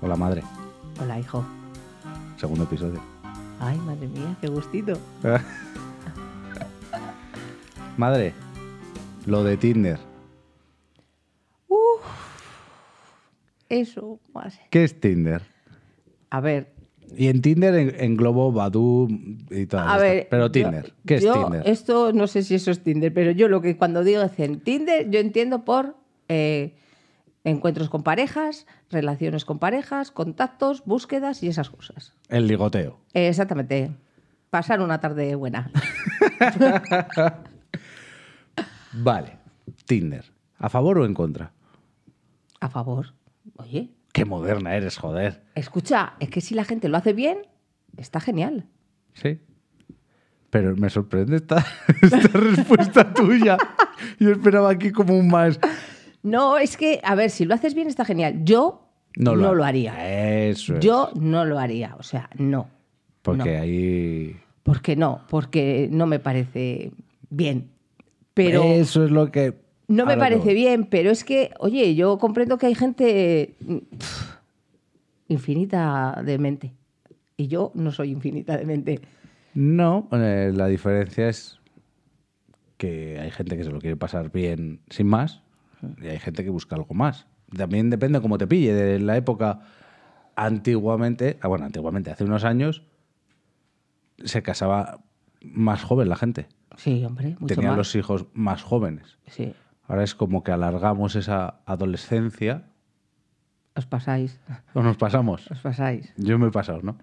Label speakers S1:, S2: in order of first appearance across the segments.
S1: Hola, madre.
S2: Hola, hijo.
S1: Segundo episodio.
S2: Ay, madre mía, qué gustito.
S1: Madre, lo de Tinder.
S2: Eso, más.
S1: ¿Qué es Tinder?
S2: A ver,
S1: Y en Tinder en- englobo Badu y todas
S2: a
S1: estas.
S2: ver.
S1: Pero
S2: yo-
S1: Tinder, ¿qué es
S2: yo
S1: Tinder?
S2: Esto no sé si eso es Tinder, pero yo lo que cuando digo en Tinder, yo entiendo por eh, encuentros con parejas, relaciones con parejas, contactos, búsquedas y esas cosas.
S1: El ligoteo.
S2: Eh, exactamente. Pasar una tarde buena.
S1: Vale, Tinder. ¿A favor o en contra?
S2: A favor. Oye,
S1: Qué moderna eres, joder.
S2: escucha, es que si la gente lo hace bien, está genial.
S1: Sí. Pero me sorprende esta, esta respuesta tuya. Yo esperaba aquí como un más.
S2: No, es que, a ver, si lo haces bien, está genial. Yo
S1: No lo, ha-
S2: haría. ¿eh?
S1: Eso es.
S2: Yo no lo haría, o sea, no.
S1: Porque ahí.
S2: ¿Por qué no? Porque no me parece bien. Pero
S1: Eso es lo que.
S2: no
S1: a
S2: me
S1: lo que voy.
S2: parece bien, pero es que, oye, yo comprendo que hay gente mm, pf, infinita de mente. Y yo no soy infinita de mente.
S1: No, eh, la diferencia es que hay gente que se lo quiere pasar bien sin más y hay gente que busca algo más. También depende cómo te pille. De la época antiguamente, ah, bueno, antiguamente, hace unos años, se casaba más joven la gente.
S2: Sí, hombre, mucho
S1: Tenía
S2: más.
S1: los hijos más jóvenes.
S2: Sí,
S1: Ahora es como que alargamos esa adolescencia
S2: os pasáis,
S1: o nos pasamos.
S2: os pasáis.
S1: Yo me he pasado, ¿no?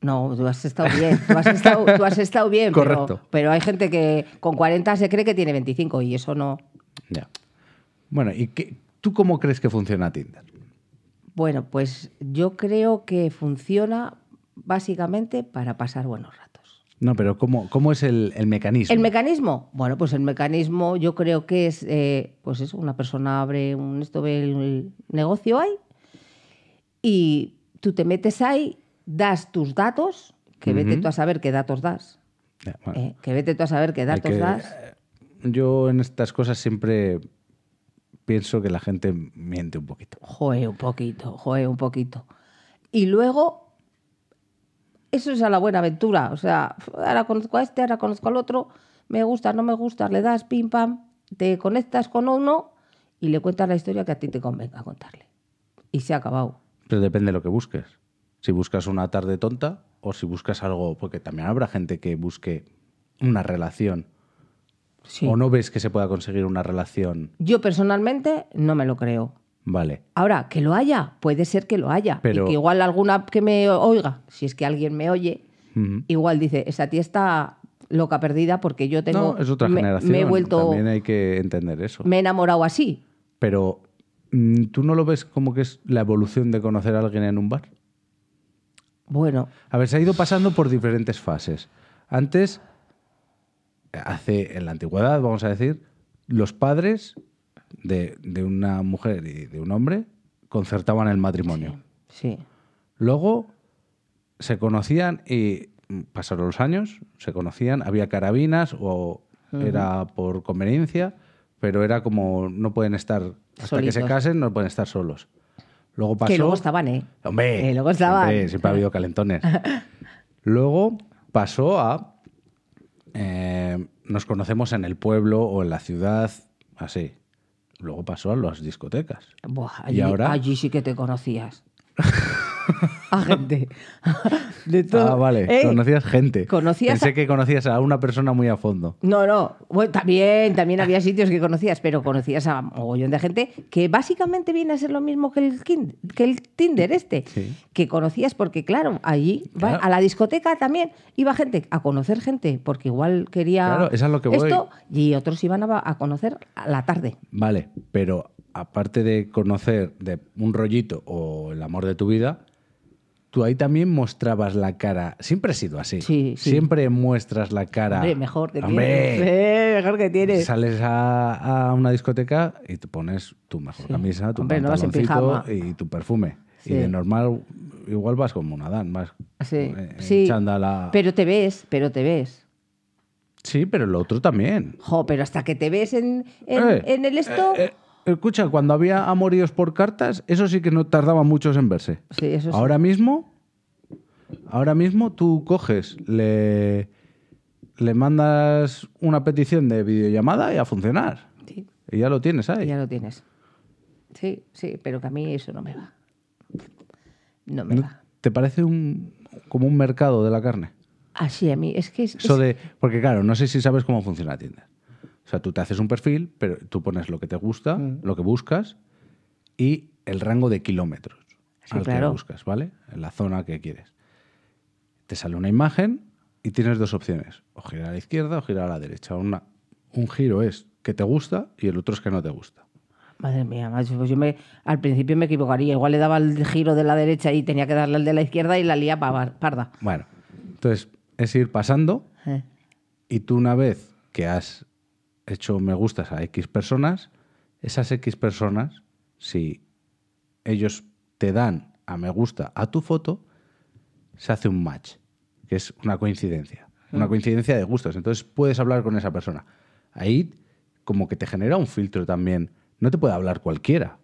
S2: No, tú has estado bien, tú has estado, tú has estado bien. pero-
S1: Correcto.
S2: Pero, hay gente que con 40 se cree que tiene 25 y eso no.
S1: Ya. Bueno, ¿y qué, tú cómo crees que funciona Tinder?
S2: Bueno, pues yo creo que funciona básicamente para pasar buenos ratos.
S1: No, pero ¿cómo, cómo es el, el mecanismo?
S2: ¿El mecanismo? Bueno, pues el mecanismo yo creo que es, eh, pues eso, una persona abre un, esto ve el negocio ahí y tú te metes ahí, das tus datos, que vete tú a saber qué datos das,
S1: Ya, bueno,
S2: eh, que vete tú a saber qué
S1: Ah. hay
S2: datos
S1: que- eh,
S2: das.
S1: Yo en estas cosas siempre pienso que la gente miente un poquito.
S2: Joe, un poquito, joe, un poquito. Y luego, eso es a la buena aventura. O sea, ahora conozco a este, ahora conozco al otro, me gusta, no me gusta, le das pim pam, te conectas con uno y le cuentas la historia que a ti te convenga contarle. Y se ha acabado.
S1: Pero depende de lo que busques. Si buscas una tarde tonta o si buscas algo, porque también habrá gente que busque una relación
S2: Sí.
S1: o no ves que se pueda conseguir una relación.
S2: Yo personalmente no me lo creo.
S1: Vale.
S2: Ahora, que lo haya, puede ser que lo haya.
S1: Pero-
S2: Y que igual alguna que me oiga, si es que alguien me oye,
S1: Ujú.
S2: igual dice, esa tía está loca perdida porque yo tengo...
S1: no, es otra
S2: me,
S1: generación.
S2: Me he vuelto...
S1: También hay que entender eso.
S2: me he enamorado así.
S1: Pero mm, tú no lo ves como que es la evolución de conocer a alguien en un bar.
S2: Bueno,
S1: A ver, se ha ido pasando por diferentes fases. Antes, hace en la antigüedad, vamos a decir, los padres de, de una mujer y de un hombre concertaban el matrimonio.
S2: sí.
S1: Luego se conocían y mm, pasaron los años, se conocían, había carabinas o era por conveniencia, pero era como no pueden estar, hasta que se
S2: Solitos.
S1: casen, no pueden estar solos. Luego pasó.
S2: Que luego estaban, ¿eh?
S1: Hombre,
S2: Eh, luego estaban.
S1: siempre, siempre ha habido calentones. Luego pasó a eh, nos conocemos en el pueblo o en la ciudad, así. Luego pasó a las discotecas.
S2: Buah,
S1: ¿Y
S2: allí,
S1: ahora?
S2: allí sí que te conocías. A gente. De todo.
S1: Ah, vale.
S2: ¿Eh?
S1: Conocías gente.
S2: Conocías
S1: Pensé
S2: a-
S1: que conocías a una persona muy a fondo.
S2: No, no. Bueno, también, también había sitios que conocías, pero conocías a mogollón de gente que básicamente viene a ser lo mismo que el, kin- que el Tinder este.
S1: Sí.
S2: Que conocías porque, claro, allí, va-
S1: Claro.
S2: a la discoteca también iba gente a conocer gente porque igual quería
S1: Claro, es a lo que voy.
S2: esto y otros iban a, a conocer a la tarde.
S1: Vale, pero aparte de conocer de un rollito o el amor de tu vida, tú ahí también mostrabas la cara. Siempre ha sido así.
S2: Sí, sí.
S1: Siempre muestras la cara.
S2: Hombre, mejor que
S1: Hombre,
S2: tienes. Eh, mejor que tienes.
S1: Sales a, a una discoteca y te pones tu mejor camisa, tu
S2: Hombre, no vas en
S1: pantaloncito
S2: pijama.
S1: y tu perfume.
S2: Sí.
S1: Y de normal, igual vas como una dan, vas
S2: Sí,
S1: eh, en
S2: sí.
S1: chándala.
S2: Pero te ves, pero te ves.
S1: Sí, pero lo otro también.
S2: Jo, pero hasta que te ves en, en,
S1: Eh,
S2: en el esto.
S1: eh, Escucha, cuando había amoríos por cartas, eso sí que no tardaban muchos en verse.
S2: Sí, eso sí.
S1: Ahora mismo, ahora mismo tú coges, le, le mandas una petición de videollamada y a funcionar.
S2: Sí,
S1: Y ya lo tienes ahí.
S2: ya lo tienes. Sí, sí, pero que a mí eso no me va. No me
S1: ¿No
S2: va.
S1: ¿Te parece un, como un mercado de la carne?
S2: Así a mí, es que es,
S1: Eso
S2: es-
S1: de, porque claro, no sé si sabes cómo funciona Tinder. O sea, tú te haces un perfil, pero tú pones lo que te gusta,
S2: Mm.
S1: lo que buscas y el rango de kilómetros
S2: Sí,
S1: al
S2: claro.
S1: que buscas, ¿vale? En la zona que quieres. Te sale una imagen y tienes dos opciones, o girar a la izquierda o girar a la derecha. Una, un giro es que te gusta y el otro es que no te gusta.
S2: Madre mía, macho, pues yo me, al principio me equivocaría. Igual le daba el giro de la derecha y tenía que darle el de la izquierda y la lía pa- parda.
S1: Bueno, entonces es ir pasando
S2: Eh.
S1: Y tú una vez que has hecho me gustas a X personas, esas X personas, si ellos te dan a me gusta a tu foto, se hace un match, que es una coincidencia,
S2: Ah.
S1: una coincidencia de gustos. Entonces puedes hablar con esa persona. Ahí como que te genera un filtro también. No te puede hablar cualquiera.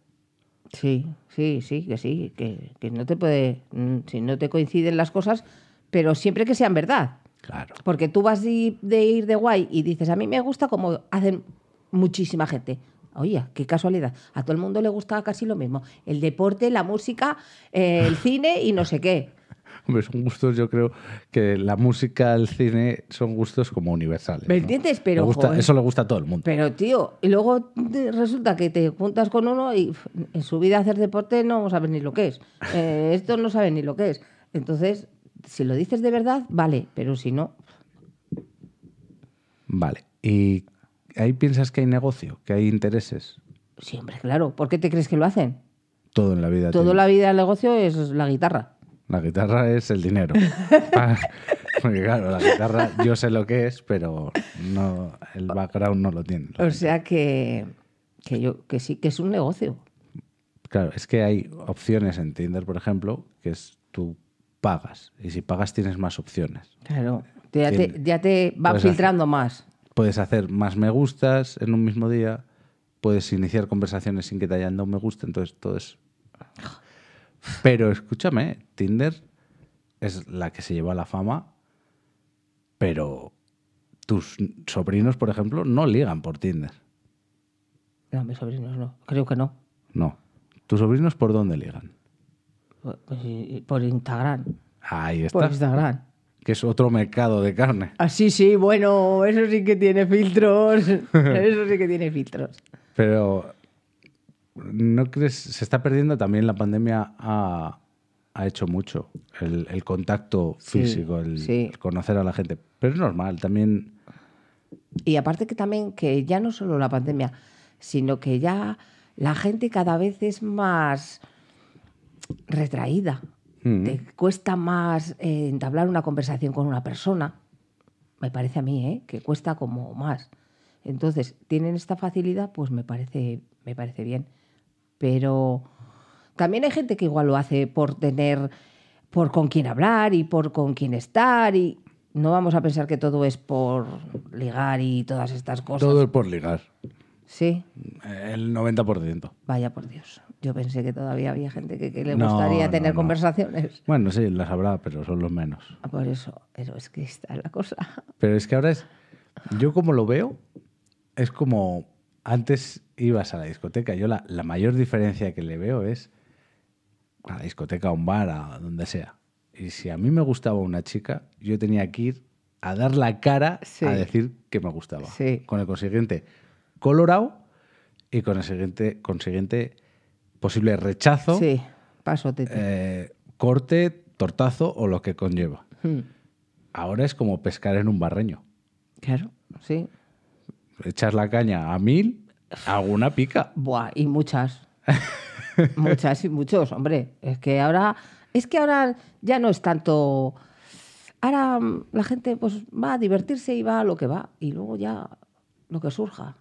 S2: Sí, sí, sí, que sí, que, que no te puede, mm, si no te coinciden las cosas, pero siempre que sean verdad.
S1: Claro.
S2: Porque tú vas y- de ir de guay y dices, a mí me gusta como hacen muchísima gente. Oye, qué casualidad. A todo el mundo le gusta casi lo mismo. El deporte, la música, eh, el cine y no sé qué.
S1: Hombre, son gustos, yo creo que la música, el cine, son gustos como universales.
S2: ¿Me
S1: ¿no?
S2: entiendes? Pero, ¿eh?
S1: Le gusta-
S2: joder.
S1: eso le gusta a todo el mundo.
S2: Pero tío, y luego te- resulta que te juntas con uno y pf, en su vida hacer deporte no sabe ni lo que es. Eh, esto no sabe ni lo que es. Entonces, si lo dices de verdad, vale, pero si no,
S1: Vale. ¿Y ahí piensas que hay negocio, que hay intereses?
S2: siempre, claro. ¿Por qué te crees que lo hacen?
S1: Todo en la vida.
S2: Toda
S1: tiene-
S2: la vida el negocio es la guitarra.
S1: La guitarra es el dinero. Ah, Porque claro, la guitarra yo sé lo que es, pero no, el background no lo tiene.
S2: O sea que, que yo que sí, que es un negocio.
S1: Claro, es que hay opciones en Tinder, por ejemplo, que es tú pagas. Y si pagas tienes más opciones.
S2: Claro. Ya te,
S1: Tiene-
S2: ya te va
S1: puedes
S2: filtrando más.
S1: Puedes hacer más me gustas en un mismo día, puedes iniciar conversaciones sin que te hayan dado un me gusta, entonces todo es... Pero escúchame, Tinder es la que se lleva la fama, pero tus sobrinos, por ejemplo, no ligan por Tinder.
S2: No, mis sobrinos no. Creo que no.
S1: No. ¿Tus sobrinos por dónde ligan?
S2: Pues, eh, por Instagram.
S1: Ahí
S2: Por
S1: está,
S2: Instagram.
S1: que es otro mercado de carne.
S2: Ah, sí, sí, bueno, eso sí que tiene filtros. Eso sí que tiene filtros.
S1: Pero ¿no crees? Se está perdiendo también la pandemia ha, ha hecho mucho. El, el contacto
S2: Sí,
S1: físico, el,
S2: sí.
S1: el conocer a la gente. Pero es normal, también
S2: Y aparte que también que ya no solo la pandemia, sino que ya la gente cada vez es más retraída.
S1: Mm.
S2: Te cuesta más eh, entablar una conversación con una persona. Me parece a mí, ¿eh? Que cuesta como más. Entonces, tienen esta facilidad, pues me parece, me parece bien. Pero también hay gente que igual lo hace por tener, por con quién hablar y por con quién estar. Y no vamos a pensar que todo es por ligar y todas estas cosas.
S1: todo es por ligar.
S2: Sí,
S1: El 90%.
S2: vaya por Dios. Yo pensé que todavía había gente que, que le
S1: No,
S2: gustaría
S1: no,
S2: tener
S1: no.
S2: conversaciones.
S1: Bueno, sí, las habrá, pero son los menos.
S2: Ah, Por eso, pero es que está la cosa.
S1: Pero es que ahora es. Yo como lo veo, es como. Antes ibas a la discoteca. Yo la, la mayor diferencia que le veo es a la discoteca, a un bar, a donde sea. Y si a mí me gustaba una chica, yo tenía que ir a dar la cara
S2: Sí.
S1: a decir que me gustaba.
S2: Sí.
S1: Con el consiguiente colorado y con el siguiente, consiguiente posible rechazo,
S2: Sí, paso, Tete.
S1: eh, corte, tortazo o lo que conlleva.
S2: Mm,
S1: Ahora es como pescar en un barreño.
S2: Claro, sí.
S1: echas la caña a mil, alguna pica.
S2: Buah, y muchas. muchas y muchos, hombre. Es que ahora, es que ahora ya no es tanto. Ahora mm, la gente pues va a divertirse y va a lo que va. Y luego ya lo que surja.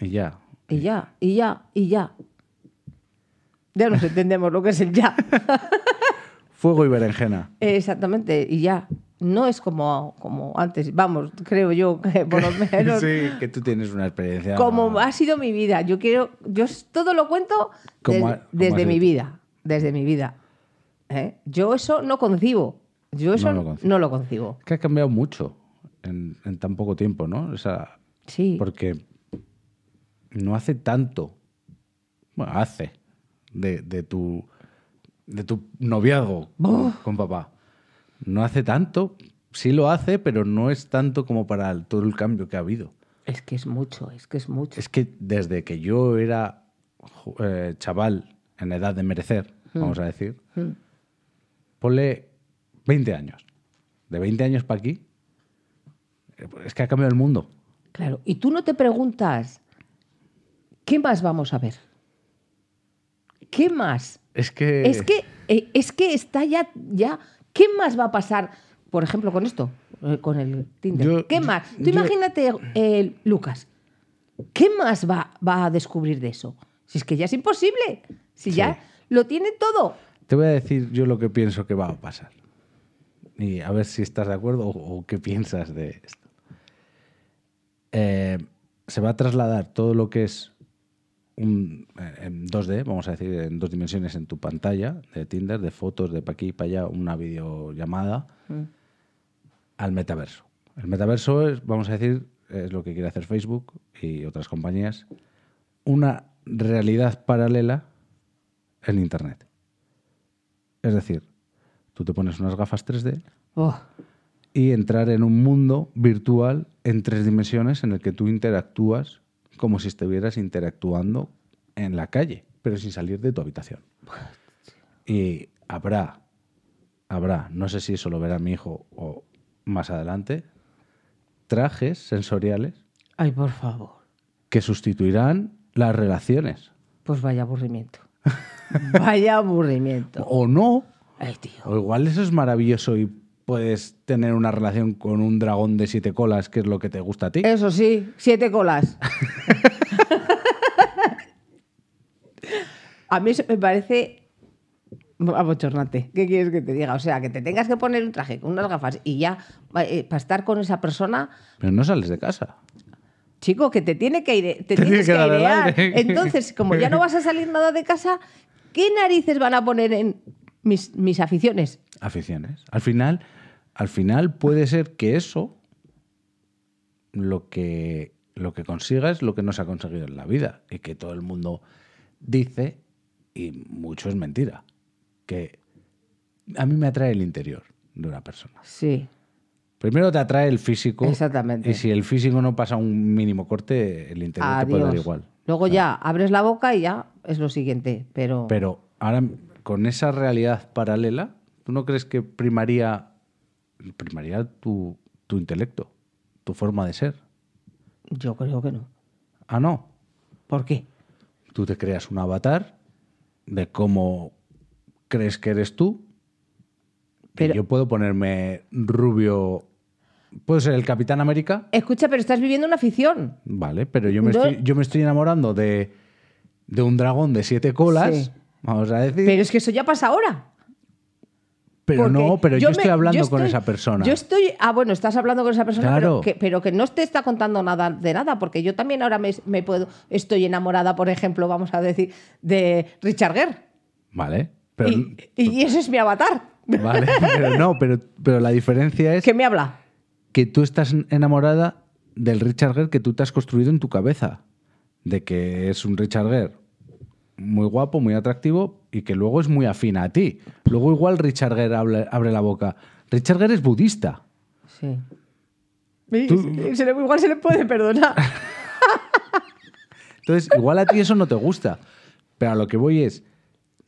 S1: Y ya.
S2: Y ya, y ya, y ya. Ya nos entendemos lo que es el ya.
S1: Fuego y berenjena.
S2: Exactamente, y ya. no es como, como antes, vamos, creo yo, que por lo menos
S1: Sí, que tú tienes una experiencia.
S2: como ha sido mi vida. Yo quiero, yo s- todo lo cuento
S1: ¿Cómo
S2: des-
S1: ha- cómo ha
S2: desde
S1: sido
S2: mi
S1: tú?
S2: vida, desde mi vida. ¿eh? Yo eso no concibo. Yo eso
S1: No lo concibo.
S2: no lo concibo.
S1: Que has cambiado mucho en, en tan poco tiempo, ¿no? O sea,
S2: Sí.
S1: porque no hace tanto. Bueno, hace. De, de tu. De tu noviazgo con, con papá. No hace tanto. Sí lo hace, pero no es tanto como para el- todo el cambio que ha habido.
S2: Es que es mucho, es que es mucho.
S1: Es que desde que yo era jo- eh, chaval en edad de merecer,
S2: Mm.
S1: vamos a decir, ponle 20 años. De 20 años para aquí, eh, es que ha cambiado el mundo.
S2: Claro. Y tú no te preguntas, ¿qué más vamos a ver? ¿Qué más?
S1: Es que.
S2: Es que, eh, es que está ya, ya. ¿Qué más va a pasar? Por ejemplo, con esto, eh, con el Tinder.
S1: Yo-
S2: ¿Qué más? Tú
S1: yo-
S2: imagínate, eh, Lucas, ¿qué más va, va a descubrir de eso? Si es que ya es imposible. Si ya
S1: Sí.
S2: lo tiene todo.
S1: Te voy a decir yo lo que pienso que va a pasar. Y a ver si estás de acuerdo o, o qué piensas de esto. Eh, se va a trasladar todo lo que es un, eh, en 2D, vamos a decir, en dos dimensiones en tu pantalla de Tinder, de fotos, de pa' aquí y para allá, una videollamada, al metaverso. El metaverso es, vamos a decir, es lo que quiere hacer Facebook y otras compañías, una realidad paralela en Internet. Es decir, tú te pones unas gafas 3D
S2: Oh,
S1: y entrar en un mundo virtual en tres dimensiones en el que tú interactúas como si estuvieras interactuando en la calle, pero sin salir de tu habitación. Y habrá, habrá, no sé si eso lo verá mi hijo o más adelante, trajes sensoriales
S2: ay, por favor.
S1: que sustituirán las relaciones.
S2: Pues vaya aburrimiento. Vaya aburrimiento.
S1: O no,
S2: Ay, tío.
S1: O igual eso es maravilloso y puedes tener una relación con un dragón de siete colas, que es lo que te gusta a ti.
S2: Eso sí, siete colas. A mí eso me parece abochornante. ¿Qué quieres que te diga? O sea, que te tengas que poner un traje con unas gafas y ya para estar con esa persona,
S1: Pero no sales de casa.
S2: chico, que te tiene que ir, te,
S1: tiene
S2: tienes
S1: que
S2: que
S1: dar el
S2: airear.
S1: aire.
S2: Entonces, como ya no vas a salir nada de casa, ¿qué narices van a poner en mis, mis aficiones?
S1: Aficiones. Al final, al final puede ser que eso lo que lo que consiga es lo que no se ha conseguido en la vida y que todo el mundo dice y mucho es mentira. Que a mí me atrae el interior de una persona.
S2: Sí.
S1: Primero te atrae el físico.
S2: Exactamente.
S1: Y si el físico no pasa un mínimo corte, el interior te puede dar
S2: Adiós.
S1: igual.
S2: Luego ya abres la boca y ya es lo siguiente. Pero,
S1: Pero ahora, con esa realidad paralela, ¿tú no crees que primaría, primaría tu, tu intelecto, tu forma de ser?
S2: yo creo que no.
S1: Ah, no.
S2: ¿Por qué?
S1: Tú te creas un avatar de cómo crees que eres tú. Y
S2: Pero-
S1: yo puedo ponerme rubio. ¿Puedo ser el Capitán América?
S2: Escucha, pero estás viviendo una afición.
S1: Vale, pero yo me,
S2: No-
S1: estoy, yo me estoy enamorando de, de un dragón de siete colas,
S2: Sí.
S1: vamos a decir.
S2: Pero es que eso ya pasa ahora.
S1: Pero
S2: Porque
S1: no, pero yo,
S2: me-
S1: estoy hablando
S2: yo
S1: con
S2: estoy-
S1: esa persona.
S2: Yo estoy. Ah, bueno, estás hablando con esa persona,
S1: Claro.
S2: pero, que, pero que no te está contando nada de nada, porque yo también ahora me, me puedo. Estoy enamorada, por ejemplo, vamos a decir, de Richard Gere.
S1: Vale, pero,
S2: y, y ese es mi avatar.
S1: vale, pero no, pero, pero la diferencia es
S2: que me habla?
S1: que tú estás enamorada del Richard Gere que tú te has construido en tu cabeza. De que es un Richard Gere muy guapo, muy atractivo y que luego es muy afín a ti. Luego igual Richard Gere habla- abre la boca. Richard Gere es budista.
S2: Sí. Se le- igual se le puede perdonar.
S1: Entonces, igual a ti eso no te gusta. Pero a lo que voy es,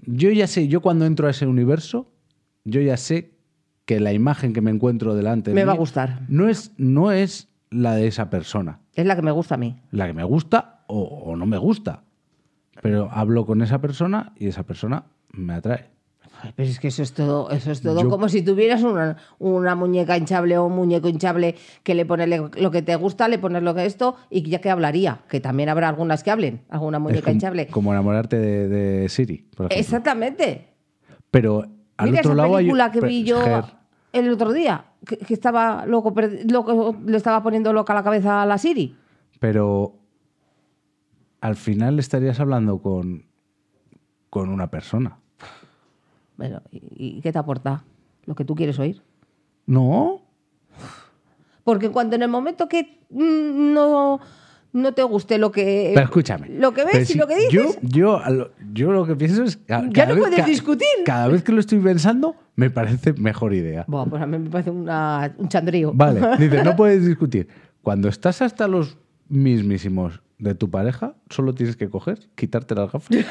S1: yo ya sé, yo cuando entro a ese universo, yo ya sé que la imagen que me encuentro delante de
S2: Me va
S1: mí
S2: a gustar.
S1: No es, no es la de esa persona,
S2: Es la que me gusta a mí.
S1: la que me gusta o, o no me gusta. Pero hablo con esa persona y esa persona me atrae.
S2: Ay, Pero es que eso es todo, eso es todo
S1: Yo-
S2: como si tuvieras una, una muñeca hinchable o un muñeco hinchable que le pones le- lo que te gusta, le pones lo que esto y ya que hablaría, que también habrá algunas que hablen, alguna
S1: Es
S2: muñeca
S1: como,
S2: hinchable.
S1: como enamorarte de, de Siri, por ejemplo.
S2: Exactamente.
S1: Pero al
S2: Mira
S1: otro
S2: esa
S1: lado hay-
S2: película que
S1: pe-
S2: vi yo
S1: Ger,
S2: el otro día. que, que estaba loco, per- loco- le estaba poniendo loca la cabeza a la Siri.
S1: Pero al final estarías hablando con, con una persona.
S2: Bueno, ¿y, y qué te aporta? Lo que tú quieres oír.
S1: No,
S2: Porque cuando en el momento que mm, no, no te guste lo que.
S1: pero escúchame.
S2: Eh, Lo que ves
S1: Pero
S2: y
S1: si
S2: lo que dices.
S1: Yo, yo, a lo- yo lo que pienso es. ca-
S2: Ya
S1: cada
S2: no
S1: vez-
S2: puedes
S1: ca-
S2: discutir.
S1: Cada vez que lo estoy pensando, me parece mejor idea.
S2: Buah, pues a mí me parece una- un chandrío.
S1: Vale, dice, no puedes discutir. Cuando estás hasta los mismísimos de tu pareja, solo tienes que coger, quitarte las gafas. y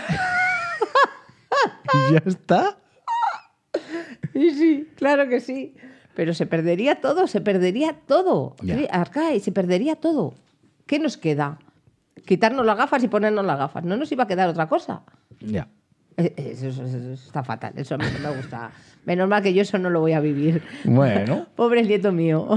S1: ya está.
S2: Sí, sí, claro que sí. Pero se perdería todo, se perdería todo.
S1: Ya.
S2: Sí, Arcae, se perdería todo. ¿Qué nos queda? Quitarnos las gafas y ponernos las gafas. No nos iba a quedar otra cosa.
S1: Ya.
S2: Eh, eh, Eso, eso- eso está fatal, eso a mí no me gusta. Menos mal que yo eso no lo voy a vivir.
S1: Bueno,
S2: Pobre nieto mío.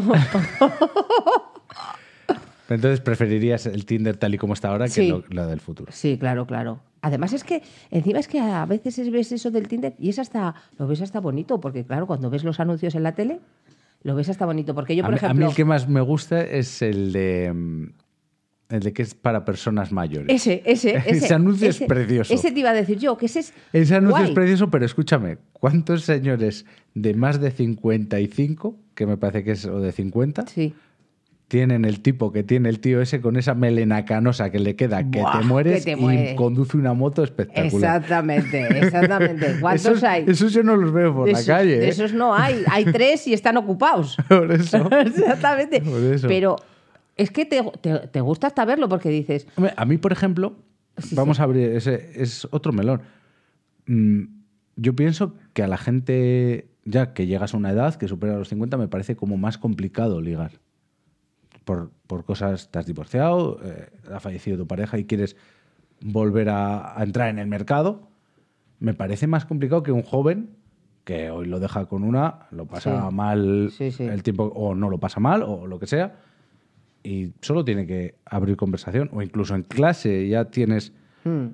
S1: entonces preferirías el Tinder tal y como está ahora que
S2: Sí.
S1: lo, lo del futuro.
S2: Sí, claro, claro. Además es que, encima es que a veces es- ves eso del Tinder y es hasta, lo ves hasta bonito, porque claro, cuando ves los anuncios en la tele, lo ves hasta bonito. Porque yo,
S1: a,
S2: por
S1: mí, a mí
S2: ejemplo...
S1: el que más me gusta es el de mm, el de que es para personas mayores.
S2: Ese, ese, ese.
S1: Ese anuncio es
S2: ese-
S1: precioso.
S2: Ese te iba a decir yo, que ese es.
S1: Ese anuncio
S2: guay.
S1: es precioso, pero escúchame, ¿cuántos señores de más de 55, que me parece que es o de 50,
S2: Sí.
S1: tienen el tipo que tiene el tío ese con esa melena canosa que le queda, que
S2: Buah,
S1: te mueres
S2: que te
S1: y
S2: mueres.
S1: conduce una moto espectacular.
S2: Exactamente, exactamente. ¿Cuántos
S1: esos,
S2: hay?
S1: Esos yo no los veo por
S2: de
S1: la
S2: esos-
S1: calle.
S2: de
S1: ¿eh?
S2: esos no hay. Hay tres y están ocupados.
S1: Por eso.
S2: exactamente.
S1: Por eso.
S2: Pero es que te, te- te gusta hasta verlo porque dices.
S1: Hombre, A mí, por ejemplo,
S2: Sí,
S1: vamos a abrir, ese es otro melón. Mm, Yo pienso que a la gente, ya que llegas a una edad que supera los 50, me parece como más complicado ligar. Por, por cosas, te has divorciado, eh, ha fallecido tu pareja y quieres volver a, a entrar en el mercado. Me parece más complicado que un joven que hoy lo deja con una, lo pasa
S2: Sí.
S1: mal
S2: Sí, sí.
S1: el tiempo, o no lo pasa mal, o lo que sea y solo tiene que abrir conversación o incluso en clase ya tienes
S2: "Mm,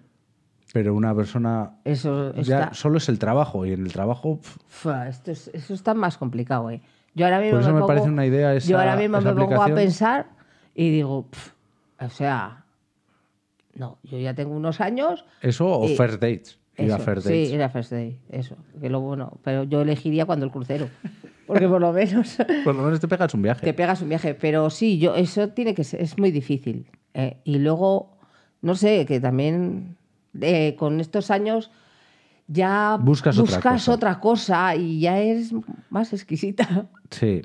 S1: pero una persona
S2: Eso
S1: ya
S2: está.
S1: solo es el trabajo y en el trabajo pf,
S2: Fua, esto es- eso está más complicado, ¿eh? Yo ahora mismo
S1: Por eso me
S2: pongo-
S1: parece una idea esa-
S2: yo ahora mismo
S1: esa
S2: me pongo a
S1: aplicación.
S2: pensar y digo, "Pf, o sea, no, yo ya tengo unos años.
S1: eso o
S2: Y-
S1: first dates ir a
S2: Eso,
S1: first dates
S2: sí, era first day, eso. Que lo bueno, pero yo elegiría cuando el crucero, porque por lo menos
S1: por lo menos te pegas un
S2: te
S1: viaje
S2: pegas un viaje. Pero sí, yo eso tiene que ser, es muy difícil. eh. Y luego, no sé, que también eh, con estos años ya
S1: Buscas otra cosa.
S2: otra cosa y ya eres más exquisita.
S1: sí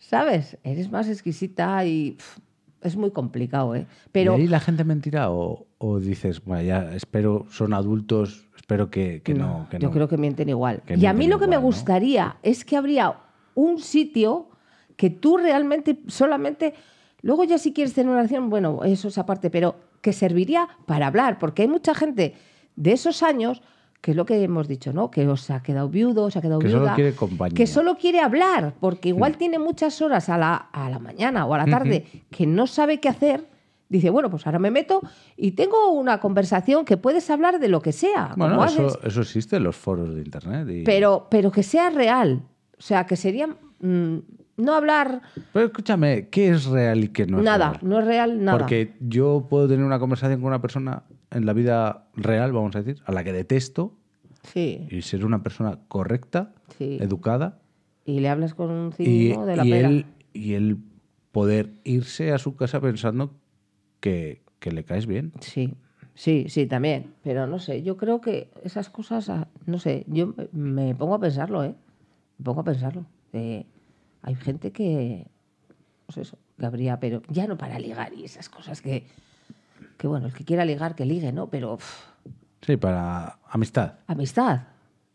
S2: ¿Sabes? Eres más exquisita y pf, es muy complicado, ¿eh? Pero
S1: y ahí la gente mentirá o, o dices bueno ya espero son adultos espero que, que no, que
S2: yo
S1: no.
S2: creo que mienten igual.
S1: Que
S2: y a
S1: mienten
S2: mí lo que me
S1: igual, ¿no?
S2: gustaría es que habría un sitio que tú realmente solamente. Luego, ya si quieres tener una relación, bueno, eso es aparte, pero que serviría para hablar, porque hay mucha gente de esos años que es lo que hemos dicho, ¿no? Que os ha quedado viudo, os ha quedado
S1: Que solo
S2: viuda.
S1: quiere compañía.
S2: Que solo quiere hablar, porque igual tiene muchas horas a la, a la mañana o a la tarde que no sabe qué hacer. Dice, bueno, pues ahora me meto y tengo una conversación que puedes hablar de lo que sea.
S1: bueno
S2: como haces.
S1: eso, eso existe en los foros de internet y-
S2: Pero, pero que sea real. O sea, que sería mm, no hablar
S1: Pero escúchame qué es real y qué no es
S2: nada,
S1: real?
S2: no es real nada.
S1: Porque yo puedo tener una conversación con una persona en la vida real, vamos a decir, a la que detesto,
S2: Sí.
S1: y ser una persona correcta,
S2: Sí.
S1: educada,
S2: Y le hablas con un
S1: y,
S2: cinismo de la
S1: y
S2: pera.
S1: él, y él poder irse a su casa pensando que, que le caes bien.
S2: Sí, sí, sí, también. Pero no sé, yo creo que esas cosas, ah, no sé, yo me- me pongo a pensarlo, ¿eh? Me pongo a pensarlo. Eh, hay gente que, pues eso, que habría, pero ya no para ligar y esas cosas que, que bueno, el que quiera ligar, que ligue, ¿no? Pero... pff,
S1: Sí, para amistad.
S2: amistad.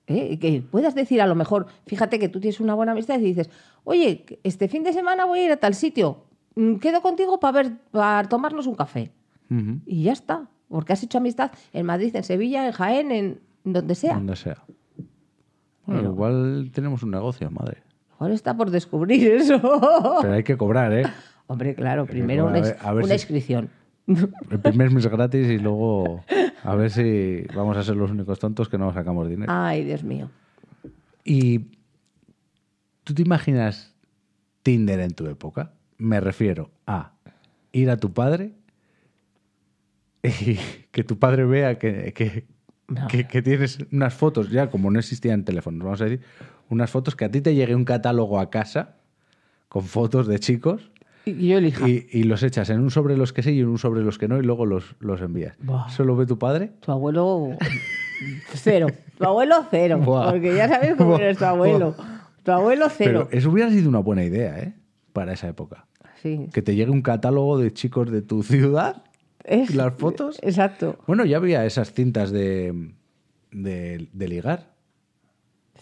S2: ¿eh? Y Que puedas decir a lo mejor, fíjate que tú tienes una buena amistad y dices, oye, que este fin de semana voy a ir a tal sitio, Mm, quedo contigo para ver, para tomarnos un café.
S1: Ujú.
S2: Y ya está, porque has hecho amistad en Madrid, en Sevilla, en Jaén, en donde sea.
S1: Donde sea. Bueno,
S2: Pero-
S1: igual tenemos un negocio, madre.
S2: Mejor está por descubrir eso. Oh.
S1: Pero hay que cobrar, ¿eh?
S2: Hombre, claro,
S1: que
S2: primero
S1: bueno,
S2: una,
S1: a ver-
S2: ins-
S1: a ver
S2: una
S1: si-
S2: inscripción.
S1: El primer mes gratis y luego a ver si vamos a ser los únicos tontos que no sacamos dinero.
S2: Ay, Dios mío.
S1: Y tú te imaginas Tinder en tu época. Me refiero a ir a tu padre y que tu padre vea que, que-
S2: No.
S1: que- que tienes unas fotos, ya como no existían teléfonos, vamos a decir, unas fotos que a ti te llegue un catálogo a casa con fotos de chicos
S2: Y yo elija.
S1: y, y los echas en un sobre los que sí y en un sobre los que no y luego los, los envías.
S2: Buah.
S1: Eso lo ve tu padre.
S2: Tu abuelo, cero. Tu abuelo, cero.
S1: Buah.
S2: Porque ya sabes cómo
S1: Buah.
S2: eres tu abuelo. Tu abuelo, cero.
S1: Pero eso hubiera sido una buena idea, ¿eh? Para esa época.
S2: Sí.
S1: Que te llegue un catálogo de chicos de tu ciudad.
S2: Es-
S1: ¿Las fotos?
S2: Exacto.
S1: Bueno, ya había esas cintas de, de, de ligar.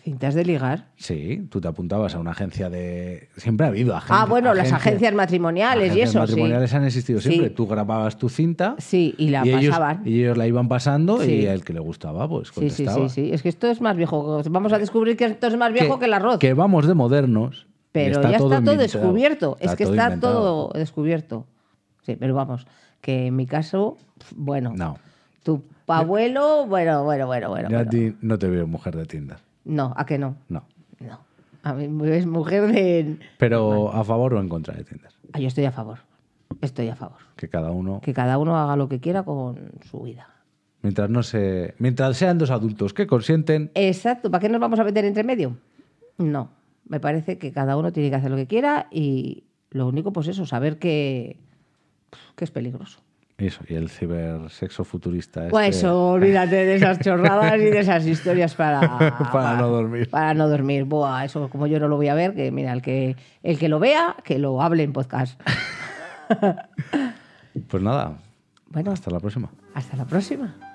S2: Cintas de ligar.
S1: Sí, tú te apuntabas a una agencia de... Siempre ha habido agencias.
S2: Ah, bueno, las agencias matrimoniales y
S1: agencias
S2: eso,
S1: matrimoniales
S2: sí.
S1: han existido
S2: Sí.
S1: siempre. Tú grababas tu cinta
S2: Sí, y la
S1: ellos,
S2: pasaban.
S1: y ellos la iban pasando y
S2: Sí.
S1: el que le gustaba, pues
S2: Sí, sí,
S1: contestaba.
S2: sí, sí. Es que esto es más viejo. Vamos a descubrir que esto es más viejo que, el arroz.
S1: Que vamos de modernos. y
S2: pero ya está todo
S1: inventado.
S2: descubierto. es
S1: Está
S2: que está
S1: inventado.
S2: todo descubierto. Sí, pero vamos, que en mi caso, pf, bueno.
S1: No.
S2: Tu abuelo, bueno, bueno, bueno, bueno.
S1: Yo a
S2: bueno.
S1: ti no te veo mujer de Tinder.
S2: No, ¿a que no?
S1: No.
S2: No. A mí es mujer de...
S1: Pero a favor o en contra de Tinder.
S2: Ah, yo estoy a favor. Estoy a favor.
S1: Que cada uno.
S2: Que cada uno haga lo que quiera con su vida.
S1: Mientras no se. Mientras sean dos adultos que consienten.
S2: Exacto. ¿Para qué nos vamos a meter entre medio? No. Me parece que cada uno tiene que hacer lo que quiera y lo único, pues eso, saber que, que es peligroso.
S1: Eso. Y el cibersexo futurista.
S2: Pues
S1: este-
S2: eso, olvídate de esas chorradas y de esas historias para,
S1: Para no dormir.
S2: Para no dormir. Buah, eso como yo no lo voy a ver, que mira, el que, el que lo vea, que lo hable en podcast.
S1: Pues nada.
S2: Bueno,
S1: pues Hasta la próxima.
S2: hasta la próxima.